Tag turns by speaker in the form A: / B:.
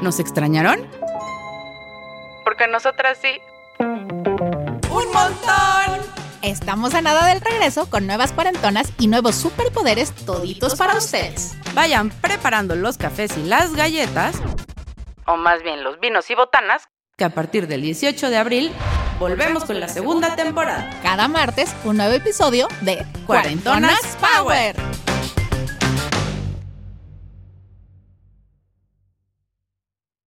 A: ¿Nos extrañaron?
B: Porque nosotras sí.
C: ¡Un montón!
D: Estamos a nada del regreso con nuevas cuarentonas y nuevos superpoderes toditos para ustedes.
A: Vayan preparando los cafés y las galletas,
B: O más bien los vinos y botanas.
A: que a partir del 18 de abril volvemos con la segunda temporada.
D: Cada martes un nuevo episodio de Cuarentonas Power.